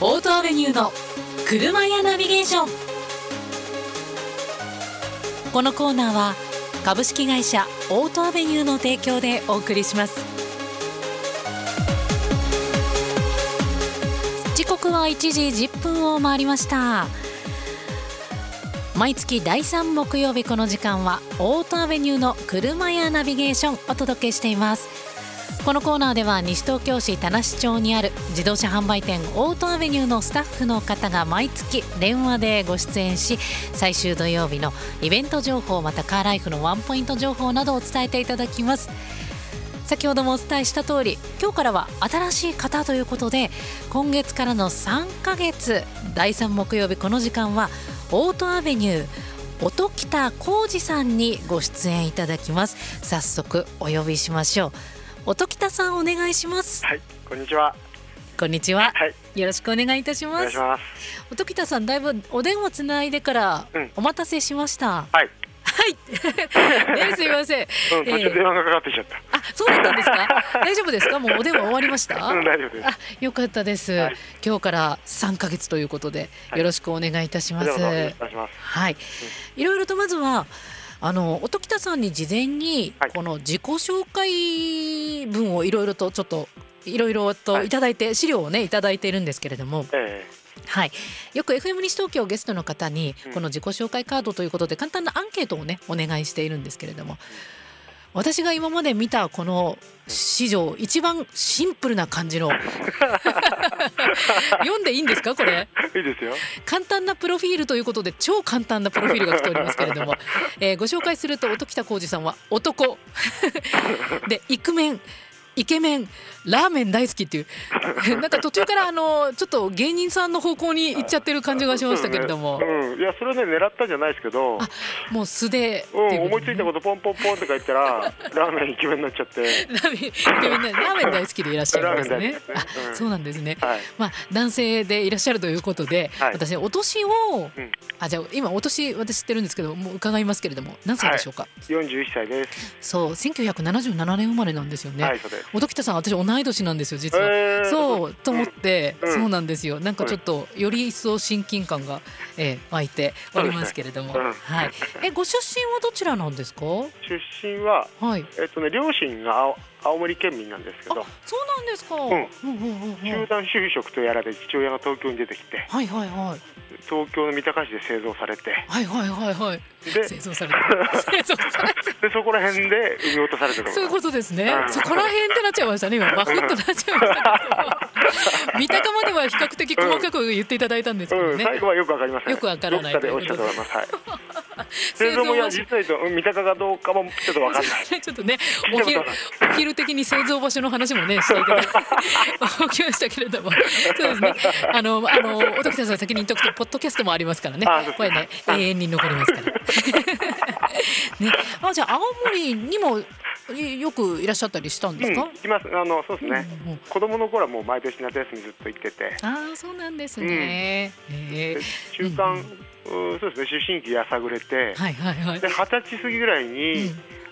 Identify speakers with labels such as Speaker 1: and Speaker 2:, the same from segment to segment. Speaker 1: オートアベニューの車屋ナビゲーションこのコーナーは株式会社オートアベニューの提供でお送りします時刻は1時10分を回りました毎月第3木曜日この時間はオートアベニューの車屋ナビゲーションをお届けしていますこのコーナーでは西東京市田無町にある自動車販売店オートアベニューのスタッフの方が毎月電話でご出演し最終土曜日のイベント情報またカーライフのワンポイント情報などを伝えていただきます先ほどもお伝えした通り今日からは新しい方ということで今月からの3ヶ月第3木曜日この時間はオートアベニュー音北浩二さんにご出演いただきます早速お呼びしましょう音北さんお願いします
Speaker 2: はい、こんにちは。
Speaker 1: こんにちは
Speaker 2: はい、
Speaker 1: よろしくお願いいたし
Speaker 2: お
Speaker 1: ま
Speaker 2: 願い
Speaker 1: す
Speaker 2: します。
Speaker 1: 音北さんだいぶお電話つないでから
Speaker 2: うん
Speaker 1: お待たせしま した、
Speaker 2: はい、
Speaker 1: はいねすいません
Speaker 2: うん、途中電話がかかってきちゃっ
Speaker 1: あそうだったんですか大丈夫ですかもうお電話終わりました
Speaker 2: た。うん、大丈夫です。
Speaker 1: あ、よかったです、
Speaker 2: はい
Speaker 1: 今日から3ヶ月ということで、
Speaker 2: はい
Speaker 1: よろしくお願いいたしま
Speaker 2: そ
Speaker 1: す。
Speaker 2: れではお願いし
Speaker 1: は
Speaker 2: ます。
Speaker 1: い、いろいろとまずは、あの音喜多さんに事前に、
Speaker 2: はい
Speaker 1: この自己紹介文をいろいろとちょっと。いろいろと
Speaker 2: はい
Speaker 1: いただいて、資料をねいただいているんですけれども、
Speaker 2: え
Speaker 1: はい、よく FM 西東京ゲストの方に、
Speaker 2: うん
Speaker 1: この自己紹介カードということで簡単なアンケートをねお願いしているんですけれども私が今まで見たこの史上一番シンプルな感 じの読んでいいんですかこれ
Speaker 2: えいいですよ。
Speaker 1: 簡単なプロフィールということで超簡単なプロフィールが来ておりますけれど も、えーご紹介すると音喜多浩二さんは男 でイクメンイケメンラーメン大好きっていう なんか途中からあのちょっと芸人さんの方向に行っちゃってる感じがしましたけれども
Speaker 2: う、ん、うんいや、それね、狙ったんじゃないですけど。
Speaker 1: もう素でって
Speaker 2: う
Speaker 1: い
Speaker 2: ん、
Speaker 1: うこと
Speaker 2: 思い
Speaker 1: で
Speaker 2: つ
Speaker 1: ね
Speaker 2: いたことポンポンポンって書いたら、 ラーメンイケメンになっちゃって。
Speaker 1: ラーメンイケメンラーメン大好きでいらっしゃるんですね
Speaker 2: ラーメン大好きですね
Speaker 1: あ
Speaker 2: うん
Speaker 1: そうなんですね
Speaker 2: はい。
Speaker 1: まあ、男性でいらっしゃるということで、
Speaker 2: はい
Speaker 1: 私お年を、
Speaker 2: うん
Speaker 1: あじゃあ今お年私知ってるんですけどもう伺いますけれども何歳でしょうか、
Speaker 2: 四十一歳です。
Speaker 1: そう1977年生まれなんですよね、
Speaker 2: はい、そうです。
Speaker 1: 音喜多さん私同い年なんですよ実は、
Speaker 2: えー
Speaker 1: そうと思って、
Speaker 2: うん
Speaker 1: そうなんですよなんかちょっとより一層親近感が、えー湧いておりますけれども、
Speaker 2: そうですねうん
Speaker 1: はいえご出身はどちらなんですか
Speaker 2: 出身は、
Speaker 1: はい
Speaker 2: えっとね、両親が青青森県民なんですけ
Speaker 1: あ
Speaker 2: ど。
Speaker 1: そうなんですか、
Speaker 2: ん
Speaker 1: うんうんうんうん
Speaker 2: 集団就職とやらで父親が東京に出てきて
Speaker 1: はいはいはい
Speaker 2: 東京の三鷹市で製造されて
Speaker 1: はいはいはいはい
Speaker 2: で
Speaker 1: 製造されて 製造されて
Speaker 2: でそこら辺で産み落とされてる
Speaker 1: そういうことですね
Speaker 2: う。ん
Speaker 1: そこら辺ってなっちゃいましたね。今バフッとなっちゃいましたけど。三鷹までは比較的細かく言っていただいたんですけど
Speaker 2: うん、
Speaker 1: ね。
Speaker 2: 最後はよくわかりません。
Speaker 1: よくわからない
Speaker 2: どっかでおっしゃると思います。はい。製造もい や
Speaker 1: 製
Speaker 2: 実際とうん三鷹かどうかもちょっとわかんな い。
Speaker 1: ちょっとね、
Speaker 2: 聞
Speaker 1: お
Speaker 2: いた
Speaker 1: 昼
Speaker 2: ことな
Speaker 1: お
Speaker 2: い、
Speaker 1: 昼的に製造場所の話もね、していた だいて、おきましたけれども。そうですね。あの、あの、おときたさん先に言っとくと、ポッドキャストもありますからね
Speaker 2: あそう。
Speaker 1: これね、永遠に残りますから。 ね、あ、じゃあ、青森にも、いよくいらっしゃったりしたんで
Speaker 2: う
Speaker 1: す
Speaker 2: ん、
Speaker 1: か。
Speaker 2: 行きます。あのそうですね。
Speaker 1: うんうん
Speaker 2: 子供の頃はもう毎年夏休みずっと行ってて、
Speaker 1: ああ、そうなんですね。え
Speaker 2: で
Speaker 1: ー
Speaker 2: 中間、うんそうですね出身期やさぐれて、
Speaker 1: はいはいはい
Speaker 2: で。二十歳過ぎぐらいに、
Speaker 1: うん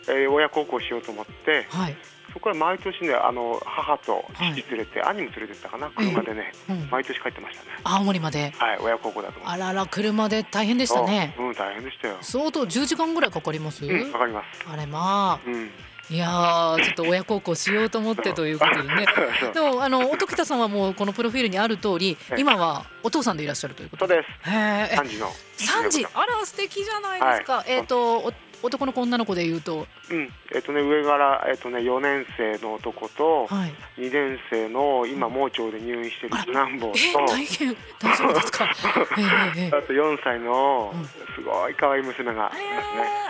Speaker 2: えー親孝行しようと思って、
Speaker 1: はい。
Speaker 2: そこから毎年ねあの母と父連れて、兄も連れてったかな車でね、
Speaker 1: うん
Speaker 2: 毎年帰ってましたね。
Speaker 1: 青森まで。
Speaker 2: はい、親孝行だと思っ
Speaker 1: あらら、車で大変でしたね。
Speaker 2: うん、大変でしたよ。
Speaker 1: 相当10時間ぐらいかかります。
Speaker 2: うん、わかります。
Speaker 1: あれまあ
Speaker 2: うん。
Speaker 1: いやーちょっと親孝行しようと思ってということでね
Speaker 2: そう
Speaker 1: でもあの音喜多さんはもうこのプロフィールにある通り
Speaker 2: ええ
Speaker 1: 今はお父さんでいらっしゃるというこ
Speaker 2: そ
Speaker 1: と
Speaker 2: う
Speaker 1: で
Speaker 2: です。
Speaker 1: へーえ
Speaker 2: 三時の。
Speaker 1: 3時あら素敵じゃないですか、
Speaker 2: はい
Speaker 1: えっ、とお男の子女の子で言うと
Speaker 2: うん、えっとね、上から、えっとね、4年生の男と、
Speaker 1: はい
Speaker 2: 2年生の今、盲腸で入院してる次男坊
Speaker 1: え
Speaker 2: と、
Speaker 1: ー、大変大丈夫です かええええええ
Speaker 2: あと4歳の
Speaker 1: うん
Speaker 2: すごい可愛い娘がいま
Speaker 1: あ
Speaker 2: す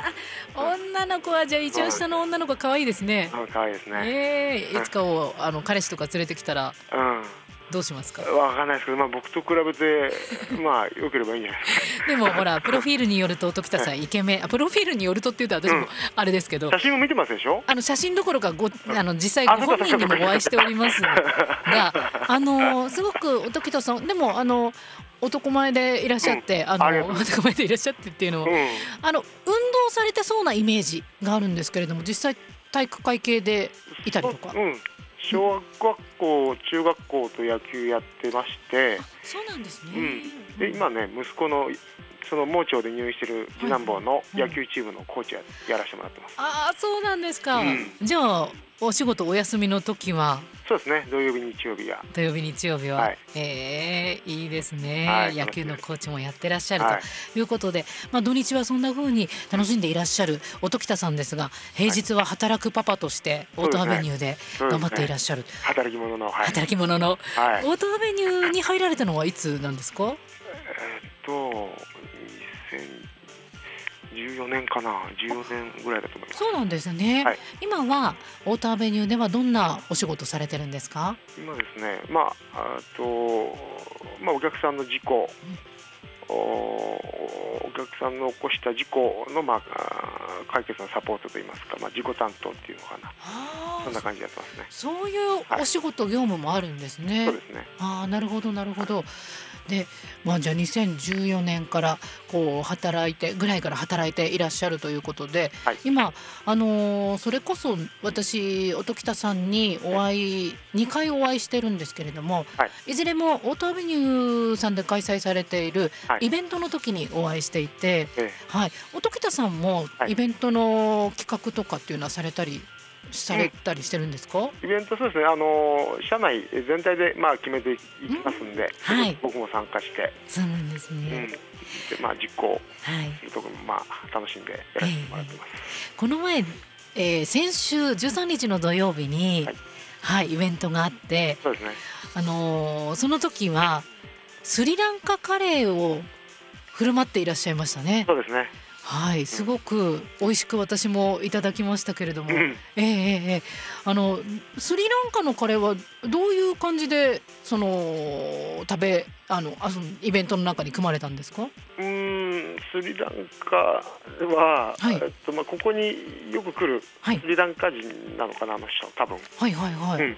Speaker 1: らー女の子はじゃあ一応下の女の子は可愛いですね
Speaker 2: ね。うん、可愛いですね。
Speaker 1: ええいつかをあの彼氏とか連れてきたら
Speaker 2: う
Speaker 1: どうしますか
Speaker 2: ん。わかんないですけど、まあ僕と比 べてまあ良ければいいんじゃないですか。
Speaker 1: でもほらプロフィールによると時田さんイケメンあプロフィールによるとっていうと私
Speaker 2: う
Speaker 1: も
Speaker 2: ん
Speaker 1: あれですけど、
Speaker 2: 写真も見てますでしょ。
Speaker 1: あの写真どころかごあの実際
Speaker 2: あ
Speaker 1: ご本人にもお会いしております があのすごく時田さんでもあの男前でいらっしゃって、
Speaker 2: うん
Speaker 1: あ
Speaker 2: ありが
Speaker 1: の
Speaker 2: とう
Speaker 1: 男前でいらっしゃってっていうの
Speaker 2: う
Speaker 1: も、
Speaker 2: ん。
Speaker 1: あの運動されてそうなイメージがあるんですけれども実際体育会系でいたりとか
Speaker 2: そううん。小学校、中学校と野球やってまして、
Speaker 1: そうなんですね。
Speaker 2: うん、で今ね、息子のその盲腸で入院してる次男坊の野球チームのコーチややらせてもらってます。
Speaker 1: ああそうなんですか、
Speaker 2: うん
Speaker 1: じゃあお仕事お休みの時は
Speaker 2: そうですね、土曜日、日曜日や。
Speaker 1: 土曜日日曜日は、
Speaker 2: はい
Speaker 1: えーいいですね、
Speaker 2: はい
Speaker 1: 野球のコーチもやってらっしゃる
Speaker 2: はい
Speaker 1: ということで、まあ、土日はそんな風に楽しんでいらっしゃる音喜多さんですが平日は働くパパとしてオ
Speaker 2: そ
Speaker 1: ー
Speaker 2: うです
Speaker 1: ト
Speaker 2: ね
Speaker 1: アベニューで
Speaker 2: そうです
Speaker 1: 頑張
Speaker 2: ね
Speaker 1: っていらっしゃる、
Speaker 2: 働き者の、はい。
Speaker 1: 働き者の、
Speaker 2: はい
Speaker 1: オートアベニューに入られたのはいつなんですか
Speaker 2: えっと、2014年かな、14年ぐらいだと思います。
Speaker 1: そうなんですね、
Speaker 2: はい
Speaker 1: 今はオートアベニューではどんなお仕事されてるんですか
Speaker 2: 今ですね、まあ、あと、まあ、お客さんの事故。おお客さんの起こした事故の、まあ、あー解決のサポートといいますか、まあ、事故担当っていうのかな、
Speaker 1: あ
Speaker 2: そんな感じでやってますね。
Speaker 1: そういう
Speaker 2: はい
Speaker 1: お仕事、業務もあるんですね。
Speaker 2: そうですね。
Speaker 1: ああなるほどなるほど。で、まあ、じゃあ2014年からこう働いてぐらいから働いていらっしゃるということで、
Speaker 2: はい
Speaker 1: 今、あのーそれこそ私音喜多さんにお会い2回お会いしてるんですけれども、、
Speaker 2: はい
Speaker 1: ずれもオートアベニューさんで開催されている
Speaker 2: はい
Speaker 1: イベントの時にお会いしていて、
Speaker 2: ええ
Speaker 1: はい、音喜多さんも
Speaker 2: はい
Speaker 1: イベントの企画とかっていうのはされたりされたりしてるんですか、
Speaker 2: イベントそうですね、あの社内全体で、まあ、決めていきますんで、
Speaker 1: うんはい
Speaker 2: 僕も参加して、
Speaker 1: そうなんです
Speaker 2: うん
Speaker 1: ね、
Speaker 2: でまあ、実行
Speaker 1: はい、
Speaker 2: するところも、まあ、楽しんでやらせてもらってます。
Speaker 1: この前、えー先週13日の土曜日に、は
Speaker 2: はいい
Speaker 1: イベントがあって、
Speaker 2: そうですね、
Speaker 1: あのーその時はスリランカカレーを振る舞っていらっしゃいましたね。
Speaker 2: そうですね、
Speaker 1: はい、すごく美味しく私もいただきましたけれども、
Speaker 2: う
Speaker 1: え
Speaker 2: ん
Speaker 1: えええええあのスリランカのカレーはどういう感じでその食べあのあそのイベントの中に組まれたんですか？
Speaker 2: うーんスリランカは、
Speaker 1: はい
Speaker 2: えっとまあ、ここによく来る
Speaker 1: はい
Speaker 2: スリランカ人なのかな、あの人、多分
Speaker 1: はいはいはい。
Speaker 2: うん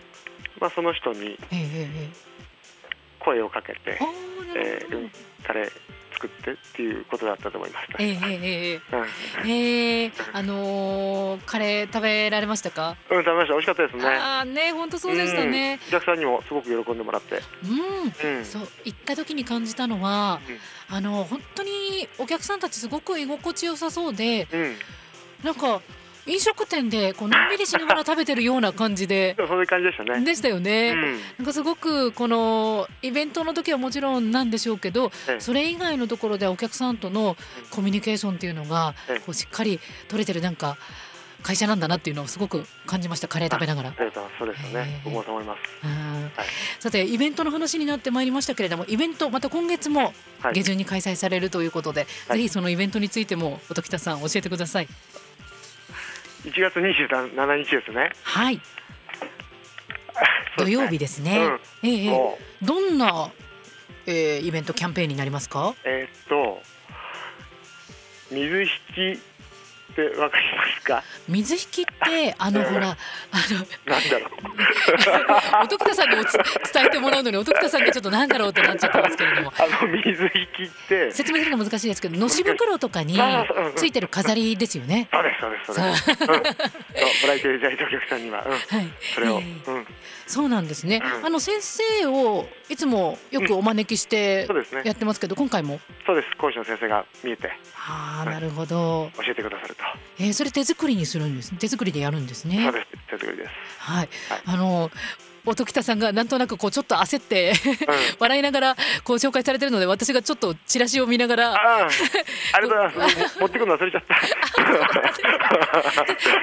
Speaker 2: まあその人
Speaker 1: ええ
Speaker 2: に
Speaker 1: えええ
Speaker 2: 声をかけて
Speaker 1: え、あーなる
Speaker 2: え
Speaker 1: ほど。
Speaker 2: ー、カレー作ってっていうことだったと思いました。
Speaker 1: ええええええ。
Speaker 2: うん
Speaker 1: へえ、あのーカレー食べられましたか？
Speaker 2: うん、食べました、美味しかったですね。
Speaker 1: ああね、本当そうでしたね。
Speaker 2: うんお客さんにもすごく喜んでもらって。
Speaker 1: うん。
Speaker 2: うん
Speaker 1: そう行った時に感じたのは、あの本当にお客さんたちすごく居心地よさそうで、
Speaker 2: うん、
Speaker 1: なんか飲食店でこうのんびりしながら食べてるような感じで
Speaker 2: でもそういう感じでしたね。
Speaker 1: でしたよ
Speaker 2: う
Speaker 1: ね。
Speaker 2: ん、
Speaker 1: なんかすごくこのイベントの時はもちろんなんでしょうけど、
Speaker 2: ええ
Speaker 1: それ以外のところでお客さんとのコミュニケーションっていうのが
Speaker 2: ええ
Speaker 1: こうしっかり取れてるなんか会社なんだなっていうのをすごく感じましたカレー食べながら
Speaker 2: あ。りがとうございます。そうですよ
Speaker 1: へ
Speaker 2: ね
Speaker 1: え。
Speaker 2: 僕もそう思います。
Speaker 1: うん
Speaker 2: はい
Speaker 1: さてイベントの話になってまいりましたけれどもイベントまた今月も
Speaker 2: はい
Speaker 1: 下旬に開催されるということで、
Speaker 2: はい
Speaker 1: ぜひそのイベントについても音喜多さん教えてください。
Speaker 2: 1月27日ですね。
Speaker 1: はい
Speaker 2: そう
Speaker 1: 土
Speaker 2: ですね
Speaker 1: 曜日ですね。ええええ
Speaker 2: そう
Speaker 1: どんな、えーイベントキャンペーンになりますか？
Speaker 2: えーっと、水引きってわかります か
Speaker 1: 水引きってあのほらあの
Speaker 2: なんだろう。
Speaker 1: 音喜多さんにもつ伝えてもらうのに音喜多さんにちょっとなんだろうってなっちゃってますけれども
Speaker 2: あの水引きって、そう
Speaker 1: 説明するの難しいですけどのし袋とかについてる飾りですよね。
Speaker 2: です、そうです、そうです。うんそうご来店いただいたお客さんには、 うん、
Speaker 1: はい、
Speaker 2: それを、う
Speaker 1: ええ
Speaker 2: ん、
Speaker 1: そうなんですね。
Speaker 2: うん
Speaker 1: あの先生をいつもよくお招きして
Speaker 2: そうですね
Speaker 1: やってますけど、今回も。
Speaker 2: そうです、講師の先生が見えて
Speaker 1: ああ、
Speaker 2: はい
Speaker 1: なるほど。
Speaker 2: 教えてくださると、
Speaker 1: えー、それ手作りにするんです。手作りでやるんです
Speaker 2: そう
Speaker 1: ね。
Speaker 2: です、手作りです。
Speaker 1: はい
Speaker 2: はい。
Speaker 1: あの音喜多さんがなんとなくこうちょっと焦って
Speaker 2: うん
Speaker 1: 笑いながらこう紹介されてるので、私がちょっとチラシを見なが ら
Speaker 2: ああ、ありがとうござ います。持ってくるの忘れちゃった。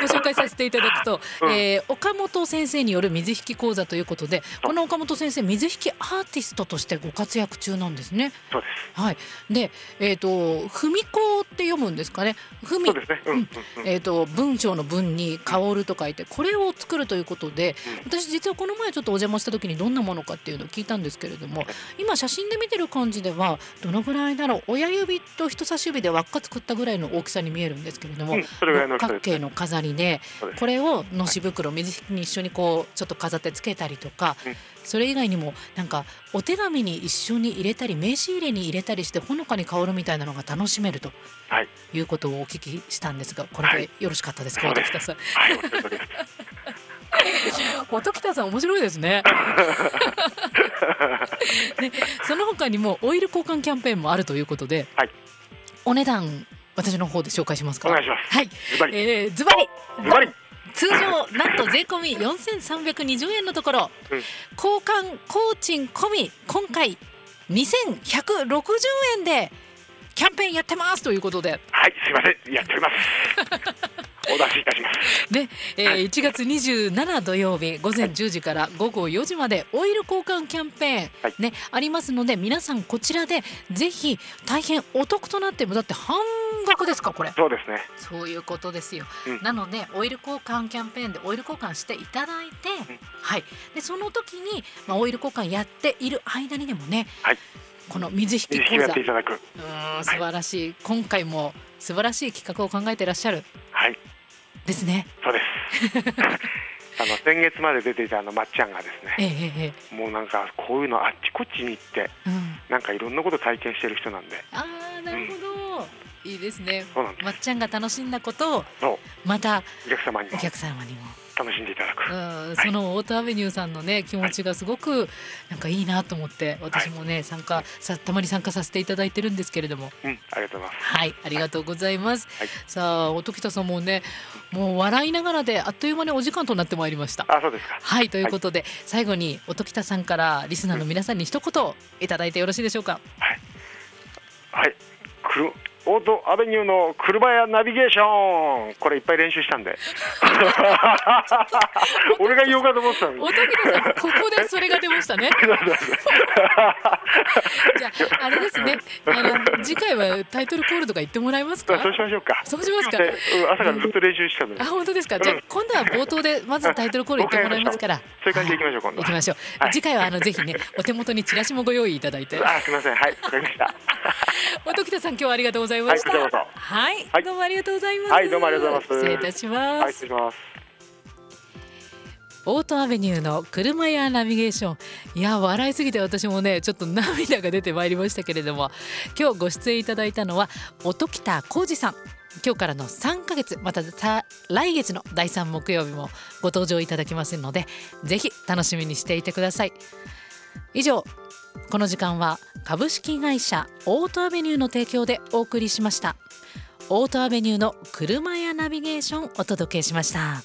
Speaker 1: ご紹介させていただくと、
Speaker 2: うん
Speaker 1: えー岡本先生による水引き講座ということでこの岡本先生水引きアーティストとしてご活躍中なんですね。
Speaker 2: そうです。
Speaker 1: はい、で、えっと「踏み子」って読むんですかね「踏み
Speaker 2: そうですね。うんうんうん。
Speaker 1: えー、と文章の文に「香る」と書いてこれを作るということで私実はこの前ちょっとお邪魔した時にどんなものかっていうのを聞いたんですけれども今写真で見てる感じではどのぐらいだろう親指と人差し指で輪っか作ったぐらいの大きさに見えるんですけれども
Speaker 2: うんそれぐらいの
Speaker 1: 六
Speaker 2: 大
Speaker 1: 角
Speaker 2: きさです
Speaker 1: 形の飾りで
Speaker 2: そうです
Speaker 1: これをのし袋水引きに一緒にこうちょっと飾ってつけたりとか
Speaker 2: うん
Speaker 1: それ以外にもなんかお手紙に一緒に入れたり名刺入れに入れたりしてほのかに香るみたいなのが楽しめると。
Speaker 2: はい。
Speaker 1: いうことをお聞きしたんですが、これ
Speaker 2: は
Speaker 1: で
Speaker 2: い
Speaker 1: よろしかったですか、
Speaker 2: そ
Speaker 1: 音
Speaker 2: うで
Speaker 1: 喜
Speaker 2: す
Speaker 1: 多さん。
Speaker 2: はい。お疲れ様です。
Speaker 1: 音喜多さん面白いです ねねその他にもオイル交換キャンペーンもあるということで、
Speaker 2: はい
Speaker 1: お値段私の方で紹介しますか
Speaker 2: お願いします
Speaker 1: はい、
Speaker 2: ズバリ
Speaker 1: えー、ズバリ
Speaker 2: ズバリ
Speaker 1: 通常なんと税込み4320円のところ、
Speaker 2: うん
Speaker 1: 交換工賃込み今回2160円でキャンペーンやってますということで
Speaker 2: はいすいませんやっております お出しいたします
Speaker 1: で、えー1月27土曜日午前10時から午後4時までオイル交換キャンペーン、
Speaker 2: はい
Speaker 1: ね、ありますので皆さんこちらでぜひ大変お得となってもだって半額ですかこれ
Speaker 2: そうですね
Speaker 1: そういうことですよ、
Speaker 2: うん
Speaker 1: なのでオイル交換キャンペーンでオイル交換していただいて、
Speaker 2: ん
Speaker 1: はい、でその時に、まあ、オイル交換やっている間にでもね、
Speaker 2: はい
Speaker 1: この水引
Speaker 2: 水
Speaker 1: き
Speaker 2: 引
Speaker 1: 講
Speaker 2: をや
Speaker 1: 座
Speaker 2: っていただく
Speaker 1: うーん素晴らしい、今回も素晴らしい企画を考えてらっしゃる
Speaker 2: はい
Speaker 1: ですね。
Speaker 2: そうです あの先月まで出ていたあのまっちゃんがです
Speaker 1: え
Speaker 2: ね
Speaker 1: ええええ
Speaker 2: もうなんかこういうのあっちこっちに行って
Speaker 1: えうん
Speaker 2: なんかいろんなこと体験してる人なんで
Speaker 1: あーなるほど、いいですね
Speaker 2: そうなんです
Speaker 1: まっちゃんが楽しんだことを
Speaker 2: そう
Speaker 1: また
Speaker 2: お客様に
Speaker 1: お
Speaker 2: も
Speaker 1: 客様にも、
Speaker 2: 楽しんでいただく
Speaker 1: うん、そのオートアベニューさんのね気持ちがすごくなんかいいなと思って私もね参加さたまに参加させていただいてるんですけれども
Speaker 2: うんありがとうございます
Speaker 1: はいありがとうございます、
Speaker 2: はい
Speaker 1: さあ音喜多さんもねもう笑いながらであっという間にお時間となってまいりました
Speaker 2: あそうですか
Speaker 1: はいということで、最後に音喜多さんからリスナーの皆さんに一言いただいてよろしいでしょうか
Speaker 2: はいくるオートアベニューの車屋ナビゲーションこれいっぱい練習した んで俺が言おうかと思ってたのに
Speaker 1: 音喜多さんここでそれが出ましたねじゃあ、あれですね。あの、次回はタイトルコールとか言ってもらえますか。
Speaker 2: そうしましょうか
Speaker 1: そうしますか
Speaker 2: でうん朝からずっと練習してたのに
Speaker 1: あ、本当ですか。じゃあ、今度は冒頭で、まずタイトルコール言ってもらいますから。
Speaker 2: そういう感じでいきましょう今度
Speaker 1: 行
Speaker 2: は
Speaker 1: きましょう。
Speaker 2: はい
Speaker 1: 次回は、あの、ぜひね、お手元にチラシもご用意いただいて。
Speaker 2: あすみませんはいわかりました
Speaker 1: 音喜多さん、今日はありがとうございました。
Speaker 2: はいこちらこそ
Speaker 1: はい
Speaker 2: はい
Speaker 1: どうもありがとうございます。
Speaker 2: はいどうもありがとうございます
Speaker 1: 失礼いたします。
Speaker 2: はい失礼します
Speaker 1: オートアベニューの車やナビゲーションいや笑いすぎて私もねちょっと涙が出てまいりましたけれども今日ご出演いただいたのは音喜多浩二さん今日からの3ヶ月またさ来月の第3木曜日もご登場いただきますのでぜひ楽しみにしていてください以上この時間は株式会社オートアベニューの提供でお送りしましたオートアベニューの車やナビゲーションお届けしました